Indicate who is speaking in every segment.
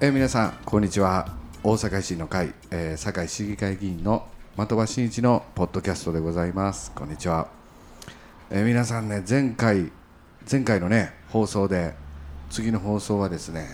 Speaker 1: えー皆さんこんにちは大阪維新の会、えー、堺市議会議員の的場真一のポッドキャストでございますこんにちは、えー皆さんね前回前回のね放送で次の放送はですね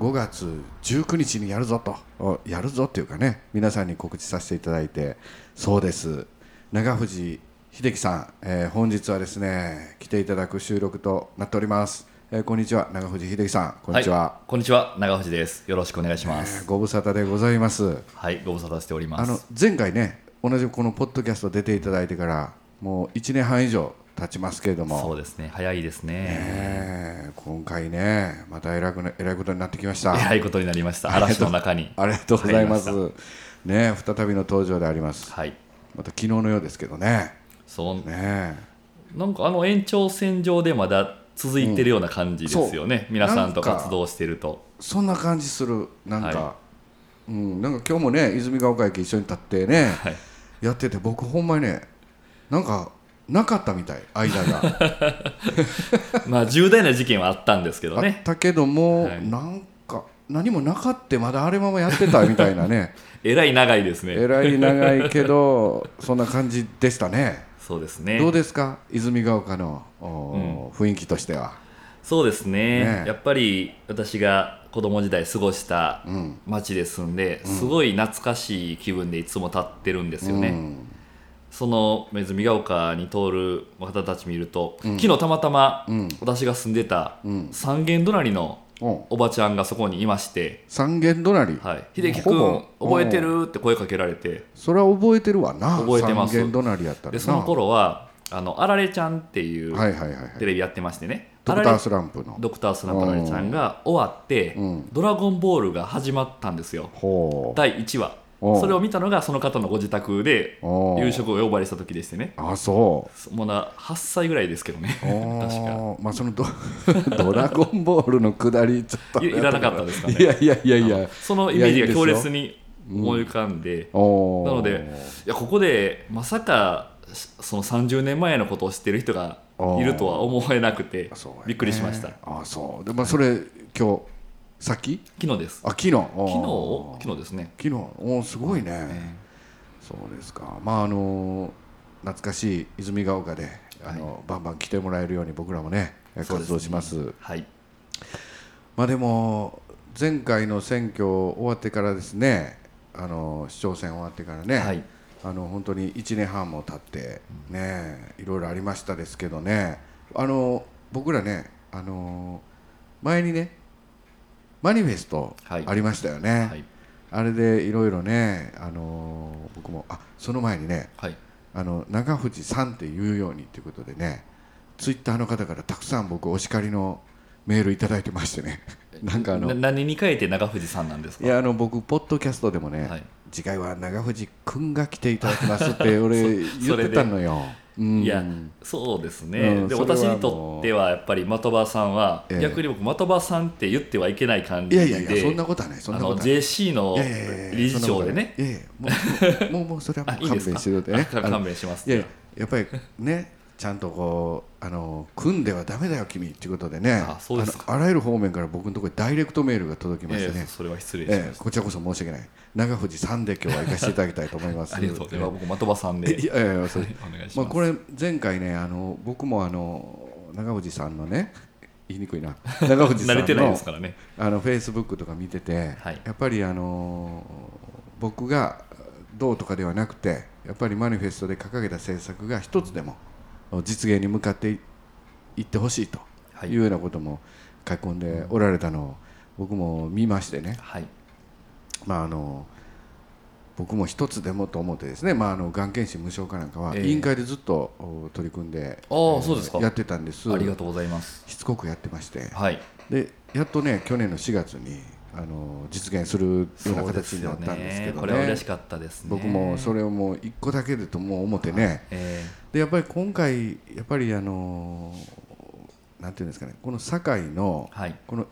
Speaker 1: 5月19日にやるぞとおやるぞっていうかね皆さんに告知させていただいてそうです長藤秀樹さん、えー本日はですね来ていただく収録となっております、えーこんにちは長藤秀樹さんこんにちは、
Speaker 2: い、こんにちは長藤ですよろしくお願いしま
Speaker 1: え
Speaker 2: す
Speaker 1: ーご無沙汰でございます。
Speaker 2: はいご無沙汰しておりま
Speaker 1: あの
Speaker 2: す
Speaker 1: 前回ね、同じこのポッドキャスト出ていただいてから、もう1年半以上経ちますけれど
Speaker 2: そ
Speaker 1: も、
Speaker 2: うですね早いですね
Speaker 1: えー今回ね、またえらくなえらいことになってきました。
Speaker 2: えらいことになりました嵐の中に
Speaker 1: ありがとうございます
Speaker 2: 入り。
Speaker 1: ね、再びの登場であります。
Speaker 2: はい
Speaker 1: また昨日のようですけどね。
Speaker 2: そう
Speaker 1: ね
Speaker 2: なんかあの延長線上でまだ続いてるような感じですよね、
Speaker 1: そう
Speaker 2: 皆さんと
Speaker 1: なんか
Speaker 2: 活動してると
Speaker 1: そんな感じする、なんか、
Speaker 2: は
Speaker 1: うん、なんか今日もね、泉ヶ丘駅一緒に立ってね、
Speaker 2: はい
Speaker 1: やってて、僕、ほんまにね、なんか、なかったみたい、間 が。
Speaker 2: まあ重大な事件はあったんですけど
Speaker 1: あっ
Speaker 2: ね
Speaker 1: たけども、
Speaker 2: はい
Speaker 1: なんか何もなかってまだあれままやってたみたいなね
Speaker 2: えらい長いです
Speaker 1: え
Speaker 2: ね
Speaker 1: らい長いけどそんな感じでしたね
Speaker 2: そうですね
Speaker 1: どうですか泉ヶ丘の、おー雰囲気としては
Speaker 2: そうですね
Speaker 1: ねえ
Speaker 2: やっぱり私が子供時代過ごした町ですんで、すごい懐かしい気分でいつも立ってるんですよね、
Speaker 1: うん
Speaker 2: その泉ヶ丘に通る方たち見ると、昨日たまたま
Speaker 1: ん
Speaker 2: 私が住んでた
Speaker 1: ん
Speaker 2: 三軒隣の
Speaker 1: お
Speaker 2: おばちゃんがそこにいまして
Speaker 1: 三軒隣、
Speaker 2: 「はい、秀樹
Speaker 1: ほ
Speaker 2: 君
Speaker 1: ぼ
Speaker 2: 覚えてる?」って声かけられて
Speaker 1: それは覚えてるわな
Speaker 2: 覚えてます
Speaker 1: 三軒隣やったらな
Speaker 2: でその頃はあのあられちゃんっていう
Speaker 1: はいはいはいはい
Speaker 2: テレビやってましてね、
Speaker 1: ドク
Speaker 2: あら
Speaker 1: タ
Speaker 2: れ
Speaker 1: ースランプの
Speaker 2: ドクタースナプラリちゃんが終わって「
Speaker 1: うん
Speaker 2: ドラゴンボール」が始まったんですよ
Speaker 1: ほ
Speaker 2: 第1話
Speaker 1: おう
Speaker 2: それを見たのがその方のご自宅で
Speaker 1: うおー
Speaker 2: 夕食をお呼ばれした時でしてね
Speaker 1: あそう
Speaker 2: もうな8歳ぐらいですけどね 確か
Speaker 1: おーまあそのド ドラゴンボールの下りちょっと
Speaker 2: いいらなかったですかね
Speaker 1: いやいやいやいや
Speaker 2: そのイメージが強烈に思い浮かんで
Speaker 1: おー
Speaker 2: なのでいやここでまさかしその30年前のことを知ってる人がいるとは思えなくて
Speaker 1: そうやね
Speaker 2: びっくりしました
Speaker 1: あーそうでまあそれ今日先
Speaker 2: 昨日です
Speaker 1: あ昨日昨
Speaker 2: 昨日昨日ですね
Speaker 1: 昨日おーすごいね、そうですかまああのー懐かしい泉ヶ丘であの、バンバン来てもらえるように僕らもね
Speaker 2: そう
Speaker 1: 活
Speaker 2: です
Speaker 1: 動
Speaker 2: ね
Speaker 1: します
Speaker 2: はい
Speaker 1: まあでも前回の選挙終わってからですねあの市長選終わってからね、
Speaker 2: はい
Speaker 1: あの本当に1年半も経ってねいろいろありましたですけどねあの僕らねあの前にねマニフェスト
Speaker 2: はい
Speaker 1: ありましたよね、
Speaker 2: はい
Speaker 1: あれでいろいろねあの僕もあその前にね
Speaker 2: はい
Speaker 1: あの長藤さんって言うようにということでねツイッターの方からたくさん僕お叱りのメールいただいてましてねなんかあ
Speaker 2: な
Speaker 1: の
Speaker 2: 何に書いて長藤さんなんです
Speaker 1: い
Speaker 2: か
Speaker 1: やあの僕ポッドキャストでもね、
Speaker 2: はい
Speaker 1: 次回は長藤くんが来ていただきますって 俺言
Speaker 2: そ
Speaker 1: って
Speaker 2: れで
Speaker 1: たのよ、うん
Speaker 2: いやそうですね、
Speaker 1: うん
Speaker 2: で
Speaker 1: それは
Speaker 2: 私にとってはやっぱり的場さんは、
Speaker 1: ええ
Speaker 2: 逆に僕的場さんって言ってはいけない感
Speaker 1: い
Speaker 2: じで
Speaker 1: やいやいやそんなことはないそん
Speaker 2: あ
Speaker 1: なこと
Speaker 2: の
Speaker 1: はない
Speaker 2: JC の
Speaker 1: いやいやいやいや
Speaker 2: 理事長でね
Speaker 1: いやいやもうもうもうもうそれは
Speaker 2: あ
Speaker 1: も
Speaker 2: いうい
Speaker 1: 勘
Speaker 2: です
Speaker 1: 弁
Speaker 2: か
Speaker 1: してくださいね
Speaker 2: あ
Speaker 1: あの
Speaker 2: 勘弁します
Speaker 1: いやいややっぱりね ちゃんとこうあの組んではダメだよ君っていうことでね
Speaker 2: あそうですか
Speaker 1: あのあらゆる方面から僕のところにダイレクトメールが届きまして
Speaker 2: え
Speaker 1: ね
Speaker 2: え、それは失礼しました、
Speaker 1: ええこちらこそ申し訳ない長藤さんで今日は行かせていただきたいと思います
Speaker 2: ありがとうございます。僕、的場さん で。
Speaker 1: いやいやそれ
Speaker 2: はいお願いし
Speaker 1: まあ
Speaker 2: ます。
Speaker 1: これ前回ねあの僕もあの長藤さんのね言いにくいな長藤さ
Speaker 2: 慣
Speaker 1: ん
Speaker 2: れてない
Speaker 1: の
Speaker 2: ですからね。
Speaker 1: あのフェイスブックとか見てて、
Speaker 2: はい
Speaker 1: やっぱりあの僕がどうとかではなくてやっぱりマニフェストで掲げた政策が一つでも実現に向かっていいってほしいと
Speaker 2: はい
Speaker 1: いうようなことも書き込んでおられたのを僕も見ましてね、
Speaker 2: はい。
Speaker 1: まああの僕も一つでもと思ってですね、まあ、あのがん検診無償化なんかは
Speaker 2: ええ
Speaker 1: 委員会でずっとお取り組んで、
Speaker 2: ああそうですか
Speaker 1: やってたんです
Speaker 2: ありがとうございます。
Speaker 1: しつこくやってまして、
Speaker 2: はい。
Speaker 1: でやっとね去年の4月にあの実現するような
Speaker 2: そうで
Speaker 1: 形
Speaker 2: す
Speaker 1: にな
Speaker 2: よ
Speaker 1: ったんですけ
Speaker 2: ね。
Speaker 1: どね
Speaker 2: これは嬉しかったですね。
Speaker 1: 僕もそれをもう一個だけでともう思ってね
Speaker 2: え
Speaker 1: でやっぱり今回やっぱりあのなんていうんですかねこの堺の
Speaker 2: えはい。
Speaker 1: この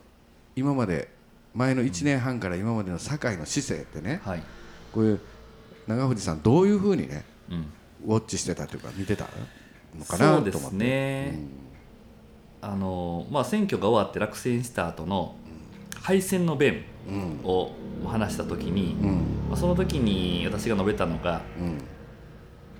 Speaker 1: 今まで前の1年半から今までの堺の市政ってね、
Speaker 2: はい。
Speaker 1: こういう長藤さんどういうふうにね
Speaker 2: うん。
Speaker 1: ウォッチしてたというか見てたのかなと
Speaker 2: そ
Speaker 1: 思
Speaker 2: う
Speaker 1: って
Speaker 2: ですね。あの、まあ、選挙が終わって落選した後の。敗戦の弁を話した時に、まあ、その時に私が述べたのが、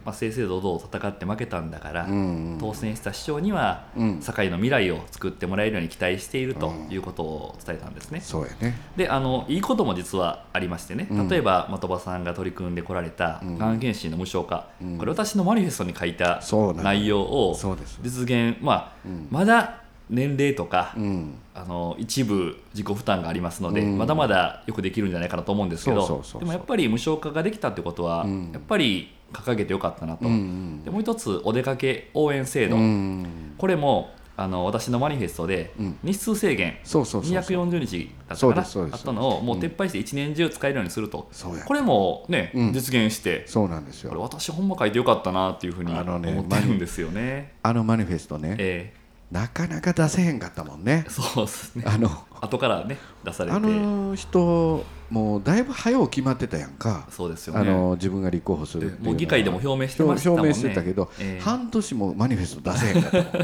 Speaker 2: まあ、正々堂々戦って負けたんだから、
Speaker 1: ん
Speaker 2: 当選した市長には、
Speaker 1: うん
Speaker 2: 堺の未来を作ってもらえるように期待しているということを伝えたんですね。
Speaker 1: そうやね
Speaker 2: であのいいことも実はありましてね、
Speaker 1: うん
Speaker 2: 例えば的場さんが取り組んでこられた
Speaker 1: ん
Speaker 2: がん検診の無償化、
Speaker 1: うん
Speaker 2: これ私のマニフェストに書いた
Speaker 1: そうなの
Speaker 2: 内容を
Speaker 1: そうです
Speaker 2: 実現、まあ
Speaker 1: うん
Speaker 2: まだ年齢とか、
Speaker 1: うん
Speaker 2: あの一部自己負担がありますので、
Speaker 1: うん
Speaker 2: まだまだよくできるんじゃないかなと思うんですけど
Speaker 1: そうそうそうそう
Speaker 2: でもやっぱり無償化ができたってことは、
Speaker 1: うん
Speaker 2: やっぱり掲げてよかったなと、
Speaker 1: うんうん
Speaker 2: でもう一つお出かけ応援制
Speaker 1: う
Speaker 2: 度、
Speaker 1: ん
Speaker 2: これもあの私のマニフェストで、
Speaker 1: うん
Speaker 2: 日数制限
Speaker 1: そうそうそうそう
Speaker 2: 240日だった
Speaker 1: そう
Speaker 2: か
Speaker 1: で
Speaker 2: な
Speaker 1: すそうです
Speaker 2: あったのをもう撤廃して一年中使えるようにすると、
Speaker 1: そうや
Speaker 2: これもね、
Speaker 1: うん
Speaker 2: 実現して
Speaker 1: そうなんです
Speaker 2: これ
Speaker 1: よ
Speaker 2: 私ほんま書いてよかったなっていうふうに
Speaker 1: あ
Speaker 2: 思
Speaker 1: のね
Speaker 2: ってるんですよね。
Speaker 1: あのマニフェストね
Speaker 2: え
Speaker 1: なかなか出せへんかったもんね
Speaker 2: えそうですね
Speaker 1: あの
Speaker 2: 後からね出されて、
Speaker 1: あの人もうだいぶ早う決まってたやんか
Speaker 2: そうですよね
Speaker 1: あの自分が立候補するってい
Speaker 2: もう議会でも表明してましたもんね
Speaker 1: 表明してたけど、
Speaker 2: ええ
Speaker 1: 半年もマニフェスト出せへんかった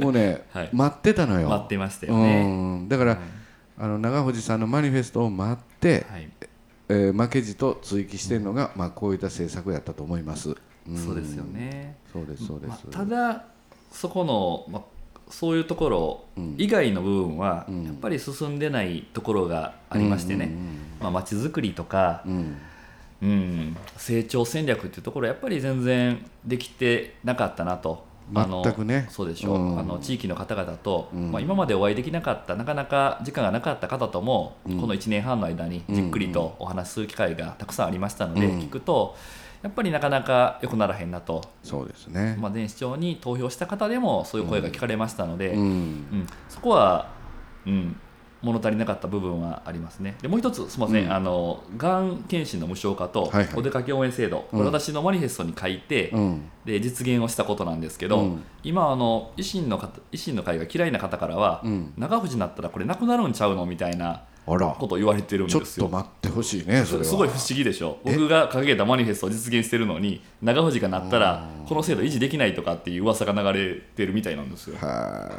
Speaker 1: もんもうね、
Speaker 2: はい
Speaker 1: 待ってたのよ
Speaker 2: 待ってましたよね。
Speaker 1: うんだから、あの長藤さんのマニフェストを待って、
Speaker 2: はい、
Speaker 1: えー負けじと追記してるのが、まあ、こういった政策やったと思います、ん
Speaker 2: そうですよね。
Speaker 1: そうですそうです、
Speaker 2: まあ、ただそこの、まあ、そういうところ
Speaker 1: うん
Speaker 2: 以外の部分は
Speaker 1: うん
Speaker 2: やっぱり進んでないところがありましてね、まあ、街づくりとか
Speaker 1: う、んうんうん
Speaker 2: うん、成長戦略っていうところはやっぱり全然できてなかったなと。あの
Speaker 1: 全くね
Speaker 2: そうでしょう、
Speaker 1: うん
Speaker 2: あの地域の方々と、
Speaker 1: うん
Speaker 2: まあ、今までお会いできなかったなかなか時間がなかった方とも、
Speaker 1: うん
Speaker 2: この1年半の間にじっくりとお話しする機会がたくさんありましたので、
Speaker 1: うん
Speaker 2: 聞くとやっぱりなかなか良くならへんなと、
Speaker 1: そうですね、
Speaker 2: まあ、前市長に投票した方でもそういう声が聞かれましたので、
Speaker 1: う
Speaker 2: うん
Speaker 1: ん
Speaker 2: そこは、うん、物足りなかった部分はありますね。でもう一つすみません、
Speaker 1: うん
Speaker 2: あのがん検診の無償化と
Speaker 1: はいはい
Speaker 2: お出かけ応援制度、こ
Speaker 1: うん
Speaker 2: れ私のマニフェストに書いて、
Speaker 1: うん
Speaker 2: で実現をしたことなんですけど、
Speaker 1: うん
Speaker 2: 今あの維新の方維新の会が嫌いな方からは、
Speaker 1: うん
Speaker 2: 長藤になったらこれなくなるんちゃうのみたいな
Speaker 1: あら
Speaker 2: ことを言われてるん
Speaker 1: ちょ
Speaker 2: で
Speaker 1: っ
Speaker 2: すよ
Speaker 1: と。待ってほしいねそれは
Speaker 2: すごい不思議でしょ僕が掲げたマニフェストを実現してるのに長藤がなったらこの制度維持できないとかっていう噂が流れてるみたいなんですよ
Speaker 1: は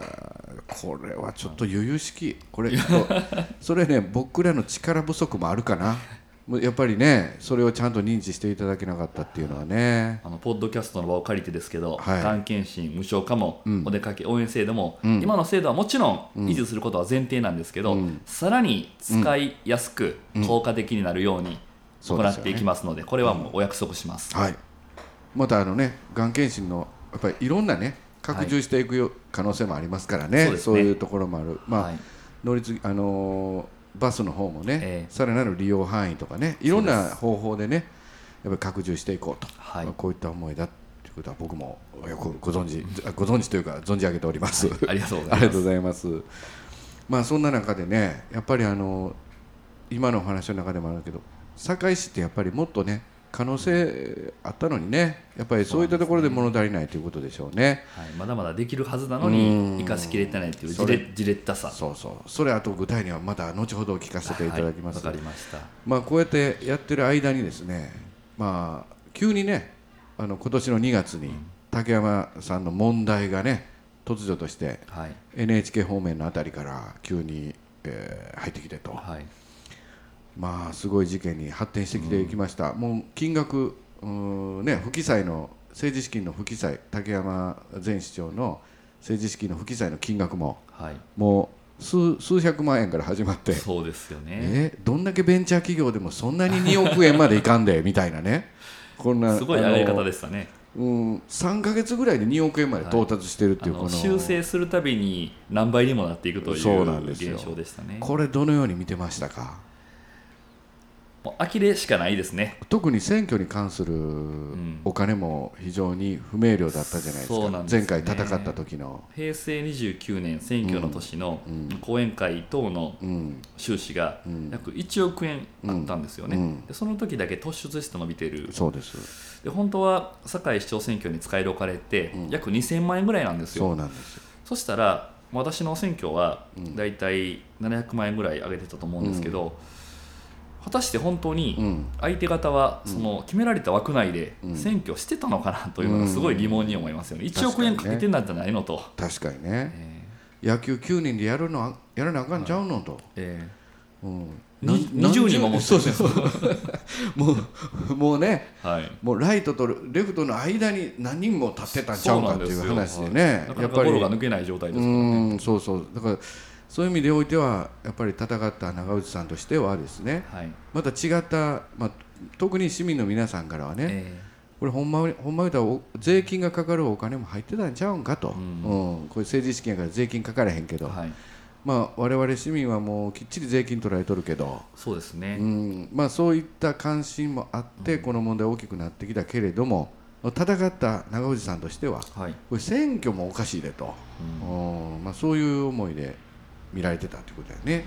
Speaker 1: いこれはちょっと由々しきこれちょっと それね僕らの力不足もあるかなもうやっぱりねそれをちゃんと認知していただけなかったっていうのはね
Speaker 2: あのポッドキャストの場を借りてですけど、
Speaker 1: はい
Speaker 2: がん検診無償化も、お出かけ応援制度も、
Speaker 1: ん
Speaker 2: 今の制度はもちろん維持することは前提なんですけど、
Speaker 1: うん
Speaker 2: さらに使いやすく、効果的になるように
Speaker 1: そう
Speaker 2: 行
Speaker 1: ですよね
Speaker 2: っていきますのでこれはもうお約束します、
Speaker 1: はいまたあのねがん検診のやっぱりいろんなね拡充していくよ可能性もありますからね,、
Speaker 2: そう
Speaker 1: そう
Speaker 2: ですね
Speaker 1: いうところもあるまあ、
Speaker 2: はい
Speaker 1: 乗り継ぎあのーバスの方もね、
Speaker 2: ええ
Speaker 1: さらなる利用範囲とかねいろん
Speaker 2: そう
Speaker 1: な
Speaker 2: です
Speaker 1: 方法でねやっぱり拡充していこうと、
Speaker 2: はい
Speaker 1: まあこういった思いだということは僕もよくご存知ご存知というか存じ上げております、
Speaker 2: ありがとうござい
Speaker 1: あ
Speaker 2: ま
Speaker 1: り
Speaker 2: す
Speaker 1: がとうございます。まあそんな中でね、やっぱりあの今のお話の中でもあるけど、堺市ってやっぱりもっとね可能性あったのにね、やっぱりそういったところで物足りないということでしょうね。
Speaker 2: はい、まだまだできるはずなの
Speaker 1: うん
Speaker 2: に生かしきれてないというじ
Speaker 1: それ
Speaker 2: れじれったさ
Speaker 1: そうそう。それあと具体にはまた後ほど聞かせていただきます。
Speaker 2: はいわ、かりました
Speaker 1: まあこうやってやってる間にですね、まあ急にね、あの今年の2月に竹山さんの問題がね突如として
Speaker 2: はい
Speaker 1: NHK 方面のあたりから急に、えー入ってきてと。
Speaker 2: はい
Speaker 1: まあすごい事件に発展してきていきました、もう金額うーんね不記載の政治資金の不記載竹山前市長の政治資金の不記載の金額も
Speaker 2: はい
Speaker 1: もう数数百万円から始まって
Speaker 2: そうですよね。
Speaker 1: えどんだけベンチャー企業でもそんなに2億円までいかん でみたいなねこんな
Speaker 2: すごい上がり方
Speaker 1: で
Speaker 2: でしたね。
Speaker 1: うん3か月ぐらいで2億円まで到達してるって
Speaker 2: あ
Speaker 1: いう、この
Speaker 2: の修正するたびに何倍にもなっていくとい
Speaker 1: そうなん
Speaker 2: う
Speaker 1: ですよ
Speaker 2: 現象でしたね。
Speaker 1: これどのように見てましたか
Speaker 2: もう呆れしかないですね。
Speaker 1: 特に選挙に関する
Speaker 2: ん
Speaker 1: お金も非常に不明瞭だったじゃないですか、
Speaker 2: そうなんですね
Speaker 1: 前回戦った時の、
Speaker 2: 平成29年選挙の年の後援会等の
Speaker 1: うん、
Speaker 2: 収支が約1億円あったんですよね。
Speaker 1: うんうん
Speaker 2: でその時だけ突出して伸びてる。
Speaker 1: そうです
Speaker 2: で本当は堺市長選挙に使えるお金って約2000万円ぐらいなんですよ。
Speaker 1: そうなんですよ
Speaker 2: そしたら私の選挙はだいたい700万円ぐらい上げてたと思うんですけど、果たして本当
Speaker 1: う
Speaker 2: に
Speaker 1: ん
Speaker 2: 相手方はその決められた枠内で選挙してたのかなというのがすごい疑問に思いますよね、1億円かけてなんじゃないのと、
Speaker 1: 確かにね、
Speaker 2: え
Speaker 1: 野球9人でやるのあやらなあかんちゃうのと、
Speaker 2: え
Speaker 1: うん、
Speaker 2: に
Speaker 1: な
Speaker 2: 20人も持って
Speaker 1: そう
Speaker 2: る
Speaker 1: そうそうもうもうね
Speaker 2: えはい
Speaker 1: もうライトとレフトの間に何人も立ってたんちゃうかっていう話でね
Speaker 2: なか
Speaker 1: や
Speaker 2: な
Speaker 1: っ
Speaker 2: か
Speaker 1: ぱり
Speaker 2: ゴロが抜けない状態ですからね
Speaker 1: うんそうそうだからそういう意味においてはやっぱり戦った長内さんとしてはですね
Speaker 2: はい
Speaker 1: また違った、まあ、特に市民の皆さんからはね、
Speaker 2: え
Speaker 1: これほんまにほんま言うたらお税金がかかるお金も入ってたんちゃうんかと、う
Speaker 2: うんん
Speaker 1: これ政治資金やから税金かからへんけ
Speaker 2: え
Speaker 1: ど、
Speaker 2: はい
Speaker 1: まあ我々市民はもうきっちり税金取られとるけど、
Speaker 2: そうです
Speaker 1: う
Speaker 2: ね
Speaker 1: んまあ、そういった関心もあって、この問題大きくなってきたけれども戦った長藤さんとしては
Speaker 2: はい
Speaker 1: これ選挙もおかしいでと、うんまあ、そういう思いで見られてたってことだよね。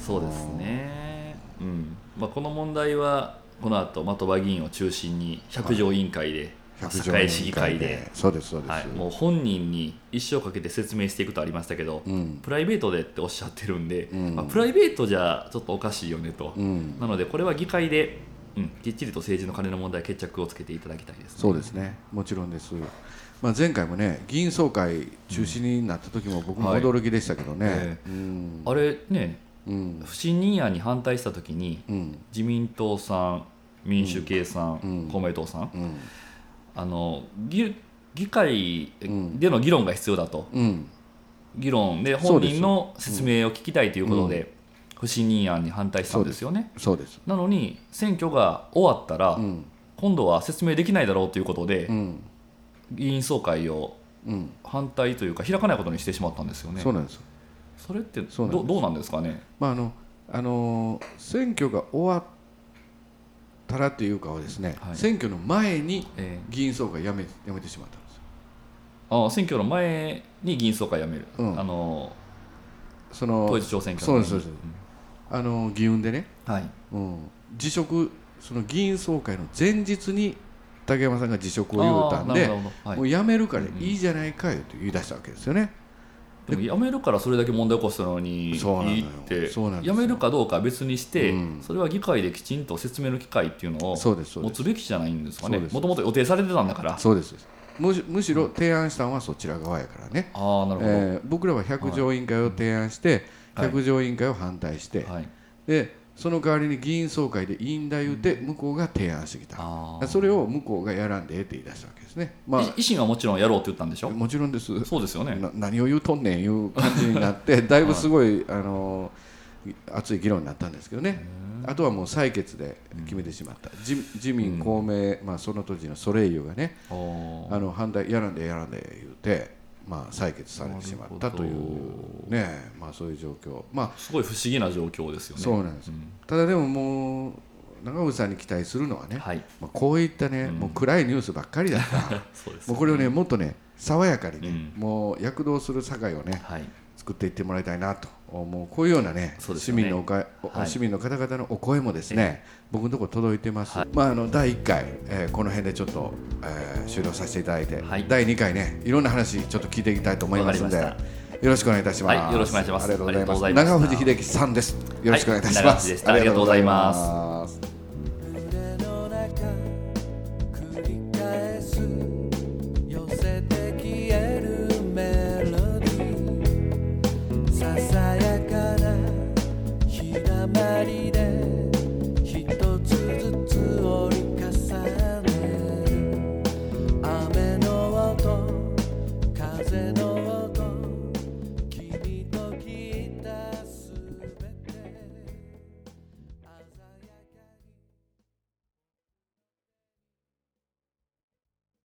Speaker 2: そうですねうんまあこの問題はこの後的場議員を中心に百条委員会で
Speaker 1: 百条
Speaker 2: 堺市議会で
Speaker 1: そうですそうです、
Speaker 2: はい、もう本人に一生かけて説明していくとありましたけど、
Speaker 1: うん
Speaker 2: プライベートでっておっしゃってるんで、
Speaker 1: うん
Speaker 2: まあ、プライベートじゃちょっとおかしいよねと、
Speaker 1: うん、
Speaker 2: なのでこれは議会で、うん、きっちりと政治の金の問題決着をつけていただきたいですね。
Speaker 1: そうですね、もちろんです。まあ、前回もね、議員総会中止になった時も、僕も
Speaker 2: はい
Speaker 1: 驚きでしたけどね
Speaker 2: え。
Speaker 1: うん
Speaker 2: あれね
Speaker 1: うん、
Speaker 2: 不信任案に反対した時に
Speaker 1: うん、
Speaker 2: 自民党さん民主系さん、
Speaker 1: うん
Speaker 2: 公明党さん、
Speaker 1: うん、
Speaker 2: あの議議会
Speaker 1: ん
Speaker 2: での議論が必要だと、
Speaker 1: うん、
Speaker 2: 議論で
Speaker 1: そう
Speaker 2: 本
Speaker 1: です
Speaker 2: 人の説明を聞きたいということで、不信任案に反対したんですよね。
Speaker 1: そうです。
Speaker 2: なのに選挙が終わったら、
Speaker 1: うん、
Speaker 2: 今度は説明できないだろうということで、
Speaker 1: うん、
Speaker 2: 議員総会を
Speaker 1: うん、
Speaker 2: 反対というか開かないことにしてしまったんですよね
Speaker 1: そう。なんです。
Speaker 2: それって
Speaker 1: そうなんで
Speaker 2: ど
Speaker 1: す
Speaker 2: どうなんですかね。
Speaker 1: まあ、あの、あのー、選挙が終わったらというかはですね、
Speaker 2: はい
Speaker 1: 選挙の前に
Speaker 2: え
Speaker 1: 議員総会やめ、やめてしまったんですよ。
Speaker 2: ーあ選挙の前に議員総会やめる、
Speaker 1: うん
Speaker 2: あの
Speaker 1: そ
Speaker 2: 統
Speaker 1: の、
Speaker 2: 一地方選挙の前に
Speaker 1: そうですそうであのー、議運でね、
Speaker 2: うんはい
Speaker 1: うん、辞職、その議員総会の前日に。竹山さんが辞職を言うたんで
Speaker 2: あーなる。ほどはい
Speaker 1: もうやめるからいいじゃないかよと言い出したわけですよね。
Speaker 2: でもやめるからそれだけ問題起こしたのにい
Speaker 1: そうなのよ
Speaker 2: いって
Speaker 1: そうなんですよ
Speaker 2: やめるかどうかは別にして、
Speaker 1: うん
Speaker 2: それは議会できちんと説明の機会っていうのを
Speaker 1: そうですそう
Speaker 2: 持
Speaker 1: です
Speaker 2: つべきじゃないんですかね
Speaker 1: そうです
Speaker 2: もともと予定されてたんだから
Speaker 1: そうですむしむしろ提案したのはそちら側やからね、
Speaker 2: ああなるほど、
Speaker 1: えー僕らは百条委員会を提案して、
Speaker 2: はい
Speaker 1: 百条委員会を反対して、
Speaker 2: はい、
Speaker 1: でその代わりに議員総会で委員だ言うて向こうが提案してきた、
Speaker 2: ああ
Speaker 1: それを向こうがやらんでええって言い出したわけですね。ま
Speaker 2: い維新はもちろんやろうって言ったんでし
Speaker 1: あ、
Speaker 2: ょ
Speaker 1: もちろんです、
Speaker 2: そうですよね
Speaker 1: な何を言うとんねんいう感じになって だいぶすごい、あの熱い議論になったんですけどねあとはもう採決で決めてしまった、自自民公明、まあ、その当時のソレイユがね
Speaker 2: おー
Speaker 1: あの反対やらんでやらんで言うて、まあ、採決されてしまったとい
Speaker 2: なる
Speaker 1: う、ねまあ、そういう状況、まあ
Speaker 2: すごい不思議な状況ですよね
Speaker 1: そうなんです、ただでももう長渕さんに期待するのはね、
Speaker 2: はい
Speaker 1: まあ、こういったね、
Speaker 2: うん
Speaker 1: もう暗いニュースばっかりだった
Speaker 2: そうです
Speaker 1: もうこれをねもっとね爽やかにね、
Speaker 2: う
Speaker 1: もう躍動する社会をね
Speaker 2: はい
Speaker 1: 作っていってもらいたいなと思うこういうようなね
Speaker 2: そうです
Speaker 1: 市
Speaker 2: よね
Speaker 1: 民のおか、お
Speaker 2: はい
Speaker 1: 市民の方々のお声もですね、僕のところ届いてます、まあ、あの第1回、えーこの辺でちょっと、えー終了させていただいて、
Speaker 2: はい
Speaker 1: 第2回ねいろんな話ちょっと聞いていきたいと思いますので
Speaker 2: わかりま
Speaker 1: よろしくお願いいたします、
Speaker 2: はいよろしくお願いします
Speaker 1: ありがとうございます
Speaker 2: ありが
Speaker 1: 長
Speaker 2: とうございました
Speaker 1: 藤秀樹さんですよろしくお願いいたし
Speaker 2: はい
Speaker 1: ま
Speaker 2: 長
Speaker 1: す、
Speaker 2: 藤ですありがとうございます
Speaker 1: ありがとうございます
Speaker 3: 胸の中繰り返す寄せて消えるメロディーささ